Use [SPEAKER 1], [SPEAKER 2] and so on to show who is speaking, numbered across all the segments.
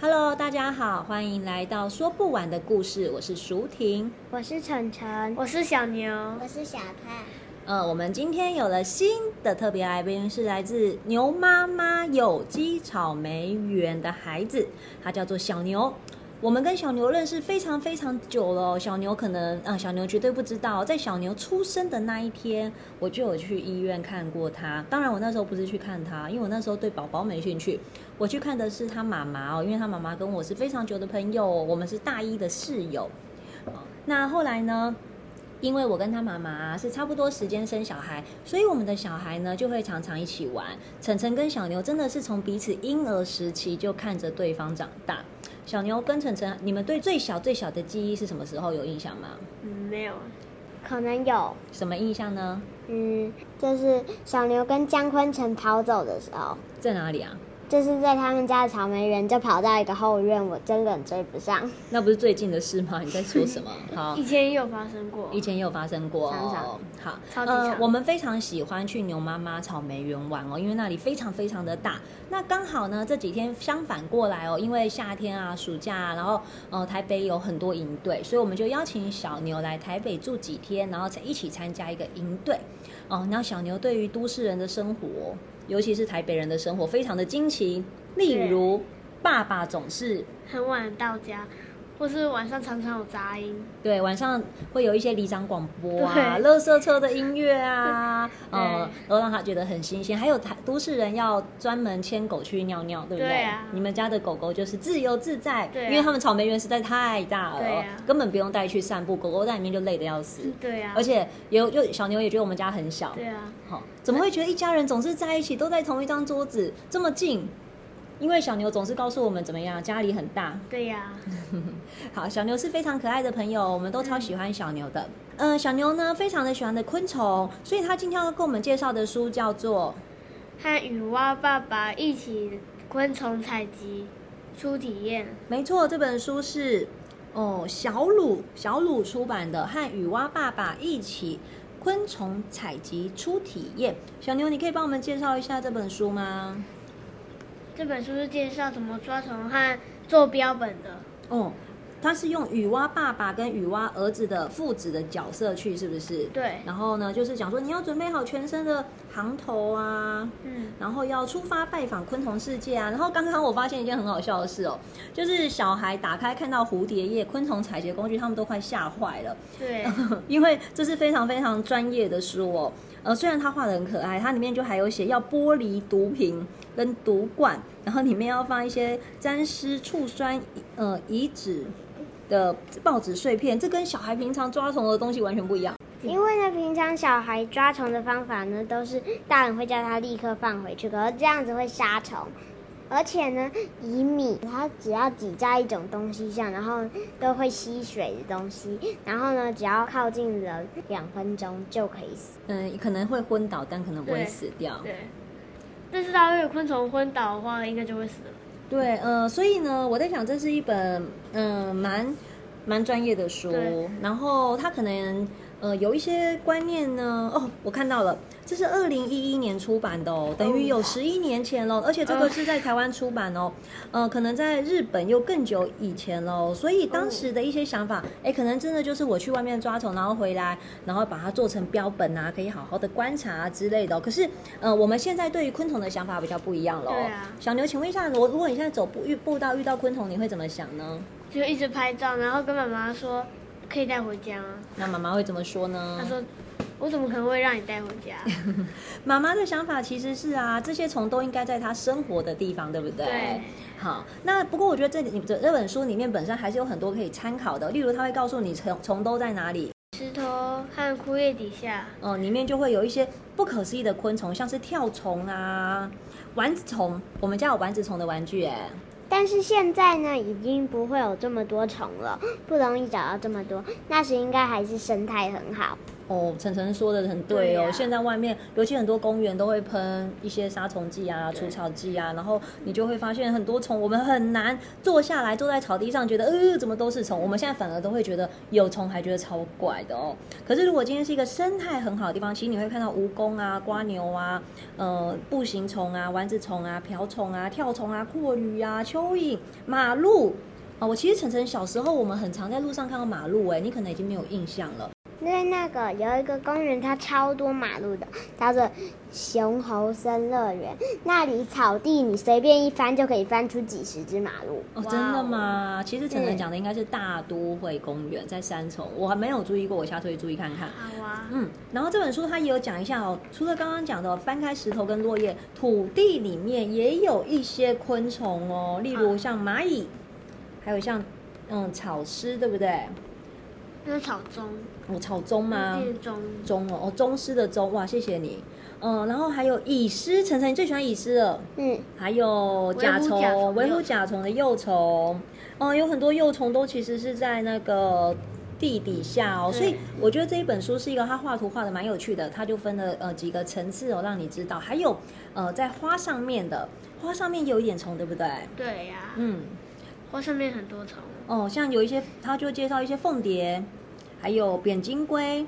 [SPEAKER 1] Hello，大家好，欢迎来到说不完的故事，我是淑婷。
[SPEAKER 2] 我是晨晨，
[SPEAKER 3] 我是小牛，
[SPEAKER 4] 我是小泰。
[SPEAKER 1] 呃，我们今天有了新的特别来宾，是来自牛妈妈有机草莓园的孩子，他叫做小牛。我们跟小牛认识非常非常久了哦，小牛可能啊、呃小牛绝对不知道，在小牛出生的那一天，我就有去医院看过他。当然，我那时候不是去看他，因为我那时候对宝宝没兴趣，我去看的是他妈妈哦，因为他妈妈跟我是非常久的朋友哦，我们是大一的室友。哦那后来呢？因为我跟他妈妈是差不多时间生小孩，所以我们的小孩呢就会常常一起玩。晨晨跟小牛真的是从彼此婴儿时期就看着对方长大。小牛跟晨晨，你们对最小最小的记忆是什么时候有印象吗？
[SPEAKER 3] 嗯，没有啊，
[SPEAKER 2] 可能有，
[SPEAKER 1] 什么印象呢？
[SPEAKER 4] 嗯，就是小牛跟姜昆城逃走的时候，
[SPEAKER 1] 在哪里啊？
[SPEAKER 4] 就是在他们家的草莓园，就跑到一个后院，我真的追不上。
[SPEAKER 1] 那不是最近的事吗？你在说什么？好
[SPEAKER 3] 以，前也有发生过，
[SPEAKER 1] 哦以前也有发生过哦，
[SPEAKER 3] 常常
[SPEAKER 1] 好，
[SPEAKER 3] 超级
[SPEAKER 1] 呃
[SPEAKER 3] 常，
[SPEAKER 1] 我们非常喜欢去牛妈妈草莓园玩哦，因为那里非常非常的大。那刚好呢，这几天相反过来哦，因为夏天啊、暑假啊，然后呃，台北有很多营队，所以我们就邀请小牛来台北住几天，然后才一起参加一个营队。哦，那小牛对于都市人的生活，尤其是台北人的生活，非常的惊奇。例
[SPEAKER 3] 对
[SPEAKER 1] 如，爸爸总是
[SPEAKER 3] 很晚到家，或是晚上常常有杂音，
[SPEAKER 1] 对，晚上会有一些离场广播啊、
[SPEAKER 3] 对
[SPEAKER 1] 垃圾车的音乐 啊，呃
[SPEAKER 3] 对，
[SPEAKER 1] 都让他觉得很新鲜。还有台都市人要专门牵狗去尿尿，对不对？
[SPEAKER 3] 对啊
[SPEAKER 1] 你们家的狗狗就是自由自在，
[SPEAKER 3] 对啊
[SPEAKER 1] 因为他们草莓园实在太大了，
[SPEAKER 3] 对啊
[SPEAKER 1] 根本不用带去散步，狗狗在里面就累得要死。
[SPEAKER 3] 对啊，
[SPEAKER 1] 而且有就小牛也觉得我们家很小，
[SPEAKER 3] 对啊，
[SPEAKER 1] 好、怎么会觉得一家人总是在一起，都在同一张桌子这么近？因为小牛总是告诉我们怎么样，家里很大，
[SPEAKER 3] 对呀，
[SPEAKER 1] 好，小牛是非常可爱的朋友，我们都超喜欢小牛的。嗯、小牛呢非常的喜欢的昆虫，所以他今天要跟我们介绍的书叫做
[SPEAKER 3] 和雨蛙爸爸一起昆虫采集初体验，
[SPEAKER 1] 没错，这本书是哦小鲁小鲁出版的，和雨蛙爸爸一起昆虫采集初体验。小牛，你可以帮我们介绍一下这本书吗？
[SPEAKER 3] 这本书是介绍怎么抓虫和做标本的，
[SPEAKER 1] 哦，他是用雨蛙爸爸跟雨蛙儿子的父子的角色去，是不是？
[SPEAKER 3] 对
[SPEAKER 1] 然后呢，就是讲说你要准备好全身的行头啊，
[SPEAKER 3] 嗯，
[SPEAKER 1] 然后要出发拜访昆虫世界啊。然后刚刚我发现一件很好笑的事哦，就是小孩打开看到蝴蝶叶、昆虫采集工具，他们都快吓坏了，
[SPEAKER 3] 对，
[SPEAKER 1] 因为这是非常非常专业的书哦。呃，虽然它画的很可爱，它里面就还有写要剥离毒瓶跟毒罐，然后里面要放一些沾湿醋酸呃遗址的报纸碎片，这跟小孩平常抓虫的东西完全不一样。
[SPEAKER 4] 因为呢，平常小孩抓虫的方法呢，都是大人会叫他立刻放回去，可是这样子会杀虫。而且呢，以米它只要挤在一种东西上，然后都会吸水的东西，然后呢，只要靠近了两分钟就可以死。
[SPEAKER 1] 嗯，可能会昏倒，但可能不会
[SPEAKER 3] 对
[SPEAKER 1] 死掉。
[SPEAKER 3] 对。但是它如果昆虫昏倒的话，应该就会死了。
[SPEAKER 1] 对，呃，所以呢，我在想，这是一本嗯、呃蛮蛮专业的书
[SPEAKER 3] 对，
[SPEAKER 1] 然后它可能呃有一些观念呢，哦，我看到了，这是二零一一年出版的哦，等于有十一年前喽，而且这个是在台湾出版哦，呃，可能在日本又更久以前喽，所以当时的一些想法，哎，可能真的就是我去外面抓虫，然后回来，然后把它做成标本啊，可以好好的观察啊之类的哦、可是，呃，我们现在对于昆虫的想法比较不一样了、哦。
[SPEAKER 3] 对啊
[SPEAKER 1] 小牛，请问一下，如如果你现在走步遇步道遇到昆虫，你会怎么想呢？
[SPEAKER 3] 就一直拍照，然后跟妈妈说可以带回家吗？
[SPEAKER 1] 那妈妈会怎么说呢？
[SPEAKER 3] 她说我怎么可能会让你带回家？
[SPEAKER 1] 妈妈的想法其实是啊，这些虫都应该在它生活的地方，对不对？
[SPEAKER 3] 对。
[SPEAKER 1] 好，那不过我觉得这里这这本书里面本身还是有很多可以参考的，例如它会告诉你虫虫都在哪里，
[SPEAKER 3] 石头和枯叶底下，
[SPEAKER 1] 嗯，里面就会有一些不可思议的昆虫，像是跳虫啊、丸子虫。我们家有丸子虫的玩具哎，
[SPEAKER 4] 但是现在呢，已经不会有这么多虫了，不容易找到这么多。那时应该还是生态很好。
[SPEAKER 1] 哦，晨晨说的很对哦。
[SPEAKER 3] 对啊
[SPEAKER 1] 现在外面，尤其很多公园都会喷一些杀虫剂啊、除草剂啊，然后你就会发现很多虫，我们很难坐下来坐在草地上，觉得呃怎么都是虫。我们现在反而都会觉得有虫，还觉得超怪的哦。可是如果今天是一个生态很好的地方，其实你会看到蜈蚣啊、瓜牛啊、呃步行虫啊、丸子虫啊、瓢虫啊、跳虫啊、阔鱼啊、蚯蚓、马路。啊、我其实晨晨小时候，我们很常在路上看到马路、哎，你可能已经没有印象了。
[SPEAKER 4] 在那个有一个公园，它超多马路的，叫做熊猴森乐园。那里草地你随便一翻就可以翻出几十只马路。
[SPEAKER 1] 哦，
[SPEAKER 3] 哇
[SPEAKER 1] 真的吗？其实晨晨
[SPEAKER 4] 嗯
[SPEAKER 1] 讲的应该是大都会公园，在三重，我还没有注意过，我下次会注意看看。
[SPEAKER 3] 好啊，
[SPEAKER 1] 嗯，然后这本书它也有讲一下哦，除了刚刚讲的翻开石头跟落叶，土地里面也有一些昆虫哦，例如像蚂蚁，还有像嗯草虱，对不对？
[SPEAKER 3] 那草棕，
[SPEAKER 1] 哦，草棕吗？
[SPEAKER 3] 那是棕，
[SPEAKER 1] 棕哦，哦，棕虱的棕，哇，谢谢你。嗯，然后还有蚁虱，晨晨你最喜欢蚁虱了。
[SPEAKER 4] 嗯，
[SPEAKER 1] 还有甲
[SPEAKER 3] 维护甲
[SPEAKER 1] 虫、
[SPEAKER 3] 虫
[SPEAKER 1] 维护甲虫的幼虫，嗯，有很多幼虫都其实是在那个地底下哦，
[SPEAKER 3] 对
[SPEAKER 1] 所以我觉得这一本书是一个它画图画的蛮有趣的，它就分了呃几个层次哦，让你知道。还有呃在花上面的，花上面有一点虫，对不对？
[SPEAKER 3] 对呀、
[SPEAKER 1] 嗯，
[SPEAKER 3] 花上面很多虫，
[SPEAKER 1] 哦，像有一些它就介绍一些凤蝶，还有扁金龟，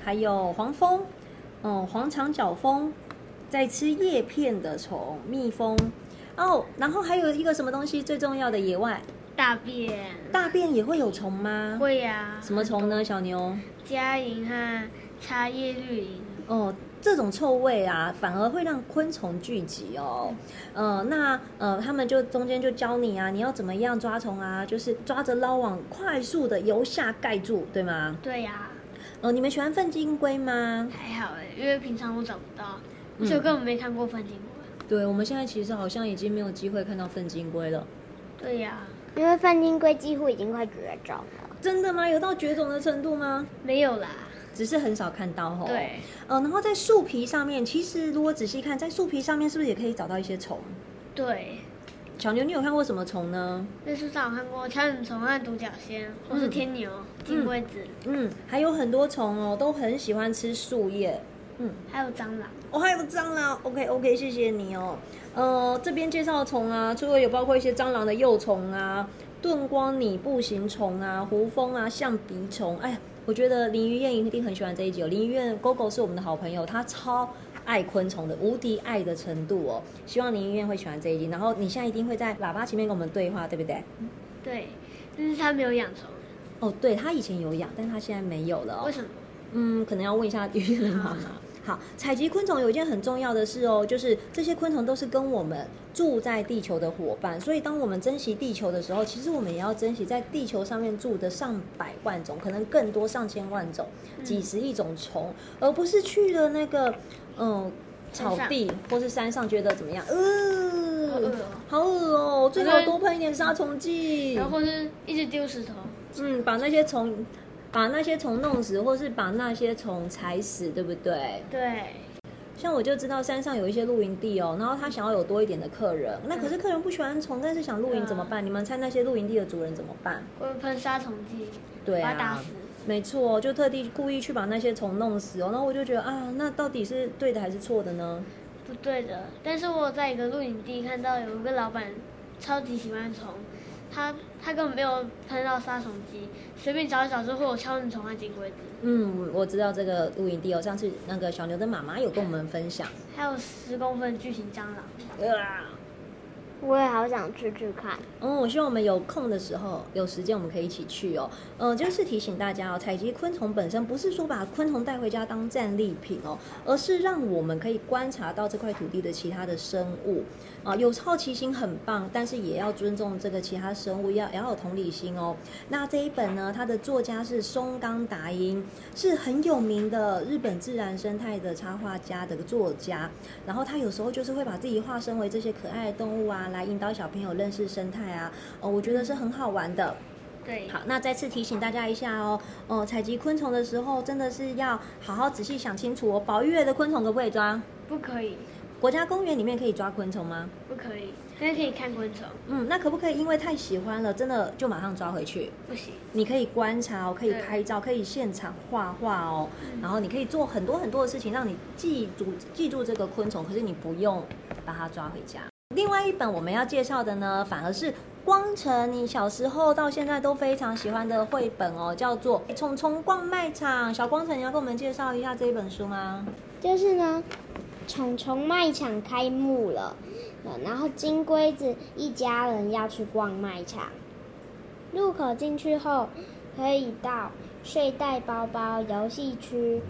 [SPEAKER 1] 还有黄蜂，嗯，黄长角蜂，在吃叶片的虫，蜜蜂。哦，然后还有一个什么东西最重要的？野外
[SPEAKER 3] 大便
[SPEAKER 1] 大便也会有虫吗？
[SPEAKER 3] 会呀、
[SPEAKER 1] 什么虫呢？小牛。
[SPEAKER 3] 家蝇和茶叶绿蝇，
[SPEAKER 1] 哦，这种臭味啊，反而会让昆虫聚集哦。呃，那呃，他们就中间就教你啊，你要怎么样抓虫啊，就是抓着捞网，快速的由下盖住，对吗？
[SPEAKER 3] 对呀、
[SPEAKER 1] 呃，你们喜欢粪金龟吗？
[SPEAKER 3] 还好哎，因为平常我找不到，
[SPEAKER 1] 嗯
[SPEAKER 3] 而且我根本没看过分金龟。
[SPEAKER 1] 对，我们现在其实好像已经没有机会看到粪金龟了。
[SPEAKER 3] 对呀、
[SPEAKER 4] 因为范金龟几乎已经快绝种了。
[SPEAKER 1] 真的吗？有到绝种的程度吗？
[SPEAKER 3] 没有啦。
[SPEAKER 1] 只是很少看到吼。
[SPEAKER 3] 对，
[SPEAKER 1] 呃，然后在树皮上面，其实如果仔细看，在树皮上面是不是也可以找到一些虫？
[SPEAKER 3] 对，
[SPEAKER 1] 小牛，你有看过什么虫呢？
[SPEAKER 3] 在书上有看过蚯蚓虫和独角仙，或是天牛、金龟子，
[SPEAKER 1] 嗯，还有很多虫哦，都很喜欢吃树叶。嗯，
[SPEAKER 3] 还有蟑螂。
[SPEAKER 1] 哦，还有蟑螂。OK OK，谢谢你哦。呃，这边介绍的虫啊，除了有包括一些蟑螂的幼虫啊、钝光拟步行虫啊、胡蜂啊、象鼻虫。哎呀，我觉得林于燕一定很喜欢这一集哦。林于燕狗狗是我们的好朋友，她超爱昆虫的，无敌爱的程度哦。希望林于燕会喜欢这一集。然后你现在一定会在喇叭前面跟我们对话，对不对？
[SPEAKER 3] 对，但是它没有养虫，
[SPEAKER 1] 哦，对，她以前有养，但她现在没有了、哦。
[SPEAKER 3] 为什么？
[SPEAKER 1] 嗯，可能要问一下鱼的妈
[SPEAKER 3] 啊
[SPEAKER 1] 妈。好，采集昆虫有一件很重要的事哦，就是这些昆虫都是跟我们住在地球的伙伴，所以当我们珍惜地球的时候，其实我们也要珍惜在地球上面住的上百万种，可能更多上千万种、
[SPEAKER 3] 嗯
[SPEAKER 1] 几十亿种虫，而不是去了那个嗯
[SPEAKER 3] 山
[SPEAKER 1] 草
[SPEAKER 3] 上
[SPEAKER 1] 地或是山上觉得怎么样，呃，
[SPEAKER 3] 嗯好恶哦
[SPEAKER 1] 好恶哦，最好
[SPEAKER 3] 可是
[SPEAKER 1] 多喷一点杀虫剂，
[SPEAKER 3] 然后或是一直丢石头，
[SPEAKER 1] 嗯，把那些虫，把那些虫弄死，或是把那些虫踩死，对不对？
[SPEAKER 3] 对，
[SPEAKER 1] 像我就知道山上有一些露营地哦，然后他想要有多一点的客人，那可是客人不喜欢虫，但是想露营怎么办？嗯啊你们猜那些露营地的主人怎么办？
[SPEAKER 3] 或者喷杀虫剂，
[SPEAKER 1] 对
[SPEAKER 3] 把它打
[SPEAKER 1] 啊
[SPEAKER 3] 死。，
[SPEAKER 1] 没错，就特地故意去把那些虫弄死哦。然后我就觉得啊，那到底是对的还是错的呢？
[SPEAKER 3] 不对的。但是我在一个露营地看到有一个老板超级喜欢虫，他他根本没有喷到杀虫剂，随便找一找就会有蚯蚓虫和金龟子，
[SPEAKER 1] 嗯，我知道这个露营地哦，上次那个小牛的妈妈有跟我们分享。
[SPEAKER 3] 还有十公分的巨型蟑螂。
[SPEAKER 1] 啊
[SPEAKER 4] 我也好想吃吃看。
[SPEAKER 1] 嗯，我希望我们有空的时候，有时间我们可以一起去哦。呃，就是提醒大家哦，采集昆虫本身不是说把昆虫带回家当战利品哦，而是让我们可以观察到这块土地的其他的生物啊、有好奇心很棒，但是也要尊重这个其他生物，要也要有同理心哦。那这一本呢，它的作家是松冈达英，是很有名的日本自然生态的插画家的作家。然后他有时候就是会把自己化身为这些可爱的动物啊，来引导小朋友认识生态啊。哦，我觉得是很好玩的。
[SPEAKER 3] 对，
[SPEAKER 1] 好，那再次提醒大家一下哦，哦，采集昆虫的时候真的是要好好仔细想清楚哦。保育类的昆虫可不可以抓？
[SPEAKER 3] 不可以，
[SPEAKER 1] 国家公园里面可以抓昆虫吗？
[SPEAKER 3] 不可以，但是可以看昆虫，
[SPEAKER 1] 嗯，那可不可以因为太喜欢了，真的就马上抓回去？
[SPEAKER 3] 不行。
[SPEAKER 1] 你可以观察哦，可以
[SPEAKER 3] 对
[SPEAKER 1] 拍照，可以现场画画哦，然后你可以做很多很多的事情，让你记住记住这个昆虫，可是你不用把它抓回家。另外一本我们要介绍的呢，反而是光成你小时候到现在都非常喜欢的绘本哦，叫做《虫虫逛卖场》。小光成，你要跟我们介绍一下这一本书吗？
[SPEAKER 4] 就是呢，虫虫卖场开幕了，呃然后金龟子一家人要去逛卖场。入口进去后，可以到睡袋包包游戏区、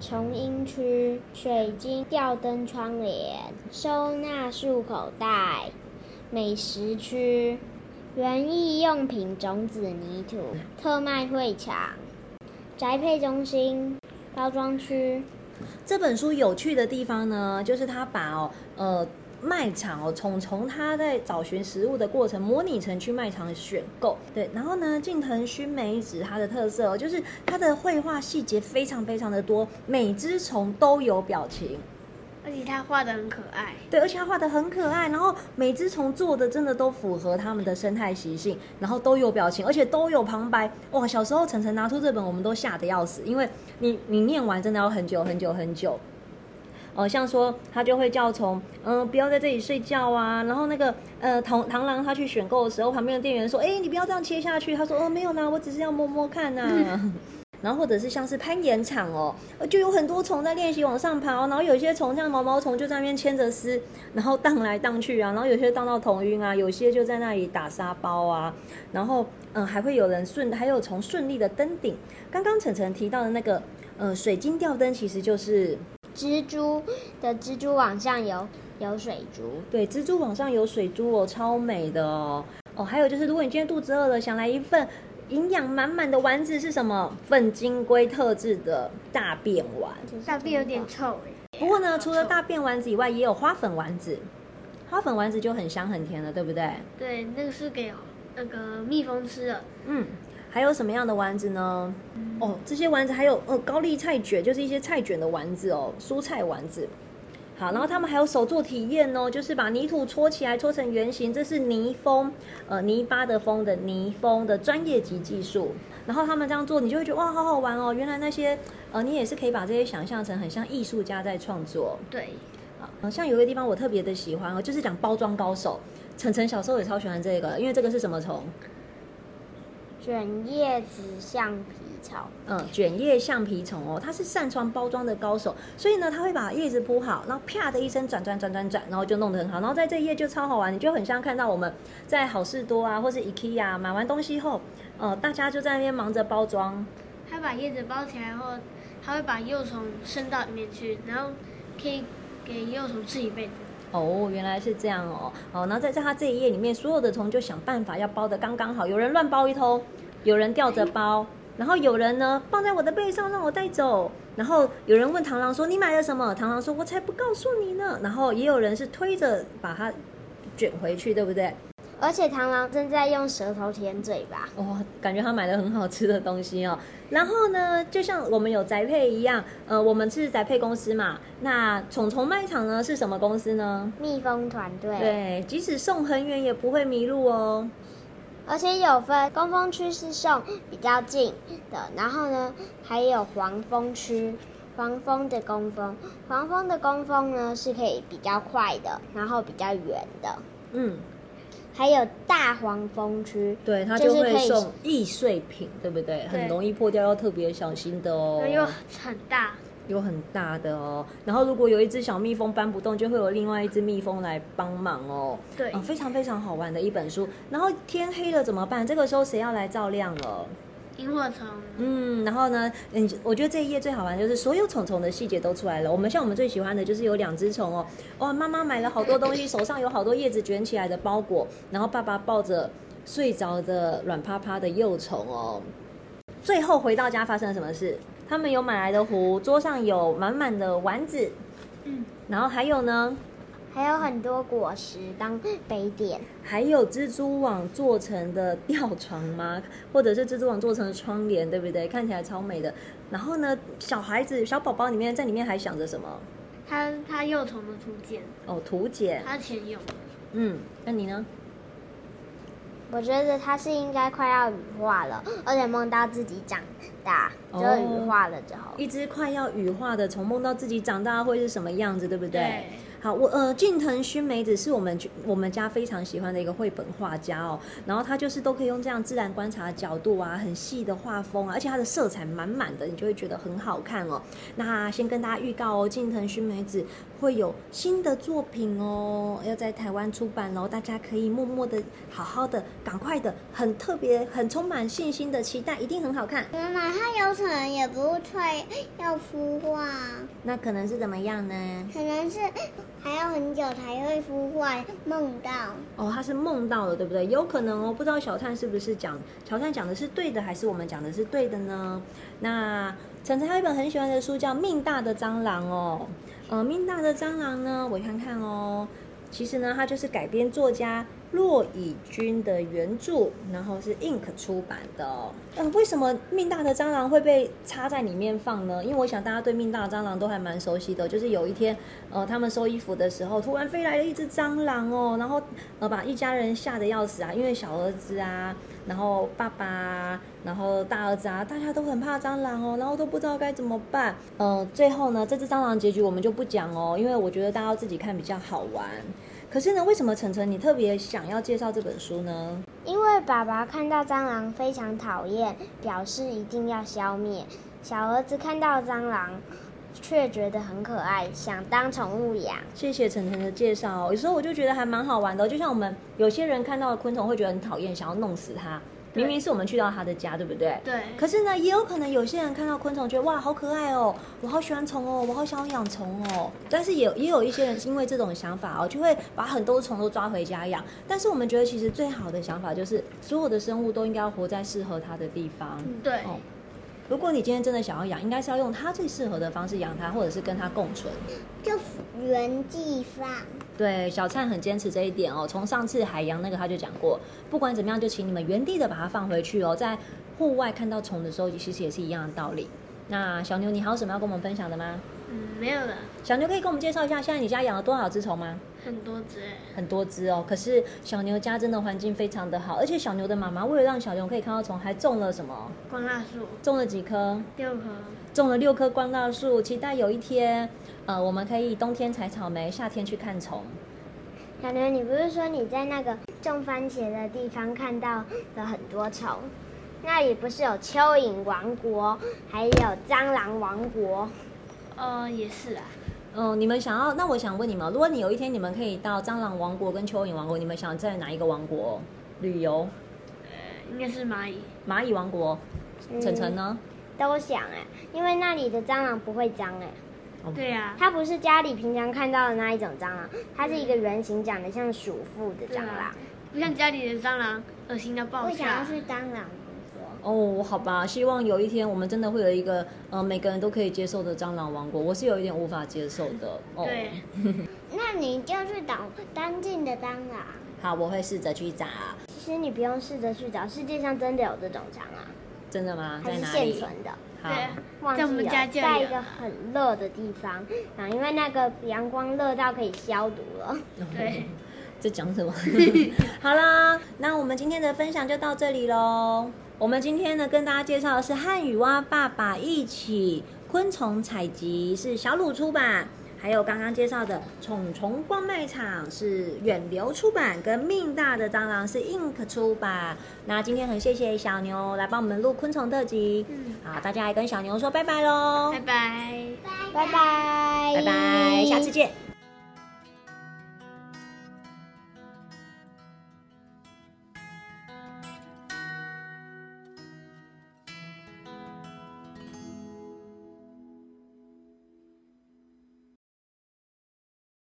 [SPEAKER 4] 虫鹰区、水晶吊灯窗帘、收纳束口袋、美食区、园艺用品种子泥土、特卖会场、宅配中心、包装区。
[SPEAKER 1] 这本书有趣的地方呢，就是它把哦，呃，卖场哦，从从他在找寻食物的过程，模拟成去卖场选购。对，然后呢，近藤薰美子它的特色哦，就是它的绘画细节非常非常的多，每只虫都有表情。
[SPEAKER 3] 而且它画的很可爱，
[SPEAKER 1] 对，而且它画的很可爱，然后每只虫做的真的都符合它们的生态习性，然后都有表情，而且都有旁白。哇，小时候晨晨拿出这本，我们都吓得要死，因为你你念完真的要很久很久很久。哦，像说他就会叫虫，嗯、不要在这里睡觉啊。然后那个呃螳螳螂，他去选购的时候，旁边的店员说：“哎、你不要这样切下去。”他说：“哦，没有啦，我只是要摸摸看啊呐、然后或者是像是攀岩场哦，呃就有很多虫在练习往上爬哦、然后有些虫像毛毛虫就在那边牵着丝，然后荡来荡去啊，然后有些荡到头晕啊，有些就在那里打沙包啊，然后嗯还会有人顺，还有虫顺利的登顶。刚刚晨晨提到的那个呃水晶吊灯，其实就是
[SPEAKER 4] 蜘蛛的蜘蛛网上有有水珠，
[SPEAKER 1] 对，蜘蛛网上有水珠哦，超美的哦。哦，还有就是，如果你今天肚子饿了，想来一份营养满满的丸子是什么？粉金龟特制的大便丸。
[SPEAKER 3] 大便有点臭哎。
[SPEAKER 1] 不过呢，除了大便丸子以外，也有花粉丸子。花粉丸子就很香很甜了，对不对？
[SPEAKER 3] 对，那个是给那个蜜蜂吃的，
[SPEAKER 1] 嗯，还有什么样的丸子呢？哦，这些丸子还有呃高丽菜卷，就是一些菜卷的丸子哦，蔬菜丸子。好，然后他们还有手做体验哦，就是把泥土搓起来，搓成圆形，这是泥蜂，呃，泥巴的蜂的泥蜂的专业级技术。然后他们这样做，你就会觉得哇，好好玩哦！原来那些，呃，你也是可以把这些想象成很像艺术家在创作。
[SPEAKER 3] 对，
[SPEAKER 1] 好嗯像有一个地方我特别的喜欢哦，就是讲包装高手。晨晨小时候也超喜欢这个，因为这个是什么虫？
[SPEAKER 4] 卷叶子橡皮草，
[SPEAKER 1] 嗯，卷叶橡皮虫哦，它是扇窗包装的高手，所以呢，它会把叶子铺好，然后啪的一声转转转转转，然后就弄得很好，然后在这一页就超好玩，你就很像看到我们在好事多啊，或是 IKEA 买完东西后，呃，大家就在那边忙着包装，
[SPEAKER 3] 它把叶子包起来后，它会把幼虫伸到里面去，然后可以给幼虫吃一辈子。
[SPEAKER 1] 哦，原来是这样哦，哦，然后在在它这一页里面，所有的虫就想办法要包的刚刚好，有人乱包一通，有人吊着包，然后有人呢放在我的背上让我带走，然后有人问螳螂说你买了什么？螳螂说我才不告诉你呢，然后也有人是推着把它卷回去，对不对？
[SPEAKER 4] 而且螳螂正在用舌头舔嘴巴。
[SPEAKER 1] 哇、哦感觉他买了很好吃的东西哦。然后呢，就像我们有宅配一样，呃，我们是宅配公司嘛，那虫虫卖场呢是什么公司呢？
[SPEAKER 4] 蜜蜂团队，
[SPEAKER 1] 对，即使送很远也不会迷路哦。
[SPEAKER 4] 而且有分工蜂区是送比较近的，然后呢还有黄蜂区，黄蜂的工蜂，黄蜂的工蜂呢是可以比较快的，然后比较远的，
[SPEAKER 1] 嗯，
[SPEAKER 4] 还有大黄蜂区，
[SPEAKER 1] 对，它
[SPEAKER 4] 就
[SPEAKER 1] 就是会
[SPEAKER 4] 可以
[SPEAKER 1] 送易碎品，对不对？很
[SPEAKER 3] 对
[SPEAKER 1] 容易破掉，要特别小心的哦
[SPEAKER 3] 然后。又很大，
[SPEAKER 1] 有很大的哦，然后如果有一只小蜜蜂搬不动，就会有另外一只蜜蜂来帮忙哦。
[SPEAKER 3] 对
[SPEAKER 1] 啊非常非常好玩的一本书。然后天黑了怎么办？这个时候谁要来照亮了？
[SPEAKER 3] 萤火虫，
[SPEAKER 1] 嗯，然后呢，嗯，我觉得这一页最好玩就是所有虫虫的细节都出来了。我们像我们最喜欢的就是有两只虫哦，哇，妈妈买了好多东西，手上有好多叶子卷起来的包裹，然后爸爸抱着睡着的软趴趴的幼虫哦。最后回到家发生了什么事？他们有买来的壶，桌上有满满的丸子，
[SPEAKER 3] 嗯，
[SPEAKER 1] 然后还有呢，
[SPEAKER 4] 还有很多果实当杯垫。
[SPEAKER 1] 还有蜘蛛网做成的吊床吗？ 或者是蜘蛛网做成的窗帘，对不对？看起来超美的。然后呢，小孩子、小宝宝里面在里面还想着什么？
[SPEAKER 3] 它它幼虫的图鉴，
[SPEAKER 1] 哦，图解。
[SPEAKER 3] 它前蛹，
[SPEAKER 1] 嗯，那你呢？
[SPEAKER 4] 我觉得它是应该快要羽化了，而且梦到自己长大，就羽化了之后。
[SPEAKER 1] 一只快要羽化的虫梦到自己长大会是什么样子，对不对？
[SPEAKER 3] 对
[SPEAKER 1] 好，我呃，近藤薰美子是我们我们家非常喜欢的一个绘本画家哦。然后她就是都可以用这样自然观察的角度啊，很细的画风啊，而且她的色彩满满的，你就会觉得很好看哦。那先跟大家预告哦，近藤薰美子会有新的作品哦，要在台湾出版哦喽，大家可以默默的、好好的、赶快的、很特别、很充满信心的期待，一定很好看。
[SPEAKER 2] 妈妈，它有可能也不会要孵化，
[SPEAKER 1] 那可能是怎么样呢？
[SPEAKER 2] 可能是还要很久才会孵化，梦到。
[SPEAKER 1] 哦，他是梦到了，对不对？有可能哦，不知道小探是不是讲小探讲的是对的，还是我们讲的是对的呢？那晨晨还有一本很喜欢的书叫《命大的蟑螂》哦，呃，《命大的蟑螂》呢，我看看哦，其实呢，它就是改编作家骆以军的原著，然后是 Ink 出版的哦。呃，为什么《命大的蟑螂》会被插在里面放呢？因为我想大家对《命大的蟑螂》都还蛮熟悉的，就是有一天，呃，他们收衣服的时候，突然飞来了一只蟑螂哦，然后呃把一家人吓得要死啊，因为小儿子啊，然后爸爸啊，然后大儿子啊，大家都很怕蟑螂哦，然后都不知道该怎么办。呃，最后呢，这只蟑螂结局我们就不讲哦，因为我觉得大家要自己看比较好玩。可是呢，为什么晨晨你特别想要介绍这本书呢？
[SPEAKER 4] 因为爸爸看到蟑螂非常讨厌，表示一定要消灭。小儿子看到蟑螂，却觉得很可爱，想当宠物养。
[SPEAKER 1] 谢谢晨晨的介绍、哦，有时候我就觉得还蛮好玩的哦、就像我们有些人看到的昆虫会觉得很讨厌，想要弄死它。明明是我们去到它的家，对不对？
[SPEAKER 3] 对，
[SPEAKER 1] 可是呢，也有可能有些人看到昆虫，觉得哇，好可爱哦，我好喜欢虫哦，我好想要养虫哦。但是也也有一些人因为这种想法哦，就会把很多虫都抓回家养。但是我们觉得，其实最好的想法就是，所有的生物都应该要活在适合它的地方。
[SPEAKER 3] 嗯对，
[SPEAKER 1] 哦，如果你今天真的想要养，应该是要用它最适合的方式养它，或者是跟它共存。
[SPEAKER 2] 就原地放，
[SPEAKER 1] 对，小灿很坚持这一点哦。从上次海洋那个他就讲过，不管怎么样，就请你们原地的把它放回去哦。在户外看到虫的时候，其实也是一样的道理。那小牛，你还有什么要跟我们分享的吗？
[SPEAKER 3] 嗯，没有了，
[SPEAKER 1] 小牛可以跟我们介绍一下，现在你家养了多少只虫吗？
[SPEAKER 3] 很多只欸，
[SPEAKER 1] 很多只哦。可是小牛家真的环境非常的好，而且小牛的妈妈为了让小牛可以看到虫，还种了什么？
[SPEAKER 3] 光蜡树
[SPEAKER 1] 种了几棵？
[SPEAKER 3] 六棵，
[SPEAKER 1] 种了六棵光蜡树，期待有一天，呃，我们可以冬天采草莓，夏天去看虫。
[SPEAKER 4] 小牛，你不是说你在那个种番茄的地方看到了很多虫？那里不是有蚯蚓王国，还有蟑螂王国？
[SPEAKER 3] 呃，也是啊，
[SPEAKER 1] 嗯，你们想要？那我想问你们，如果你有一天你们可以到蟑螂王国跟蚯蚓王国，你们想在哪一个王国旅游？
[SPEAKER 3] 呃应该是蚂蚁，
[SPEAKER 1] 蚂蚁王国，
[SPEAKER 4] 嗯
[SPEAKER 1] 晨晨呢？
[SPEAKER 4] 都想哎、因为那里的蟑螂不会脏哎、
[SPEAKER 3] 对啊呀、
[SPEAKER 4] 它不是家里平常看到的那一种蟑螂，它是一个圆形长得像鼠妇的
[SPEAKER 3] 对
[SPEAKER 4] 蟑
[SPEAKER 3] 啊
[SPEAKER 4] 螂。，
[SPEAKER 3] 不像家里的蟑螂恶心到爆
[SPEAKER 2] 我想
[SPEAKER 3] 炸
[SPEAKER 2] 要，去当狼。
[SPEAKER 1] 哦，好吧，希望有一天我们真的会有一个，呃，每个人都可以接受的蟑螂王国。我是有一点无法接受的。哦，
[SPEAKER 3] 对，
[SPEAKER 2] 那你就去找干净的当啊狼。
[SPEAKER 1] 好，我会试着去找。
[SPEAKER 4] 其实你不用试着去找，世界上真的有这种蟑螂，
[SPEAKER 1] 真的吗？
[SPEAKER 4] 它
[SPEAKER 1] 在
[SPEAKER 4] 是
[SPEAKER 1] 哪
[SPEAKER 4] 现
[SPEAKER 1] 里？
[SPEAKER 4] 存啊的。
[SPEAKER 1] 好，
[SPEAKER 4] 忘记
[SPEAKER 3] 啊在我们
[SPEAKER 4] 了
[SPEAKER 3] 家就有
[SPEAKER 4] 在一个很热的地方，啊，因为那个阳光热到可以消毒了。
[SPEAKER 3] 对，
[SPEAKER 1] 在讲 什么？好啦，那我们今天的分享就到这里喽。我们今天呢，跟大家介绍的是《汉语蛙爸爸一起昆虫采集》，是小鲁出版。还有刚刚介绍的《虫虫逛卖场》是远流出版，跟《命大的蟑螂》是 Ink 出版。那今天很谢谢小牛来帮我们录昆虫特辑，
[SPEAKER 3] 嗯
[SPEAKER 1] 好，大家来跟小牛说拜拜喽，
[SPEAKER 3] 拜拜。
[SPEAKER 1] 拜拜，下次见。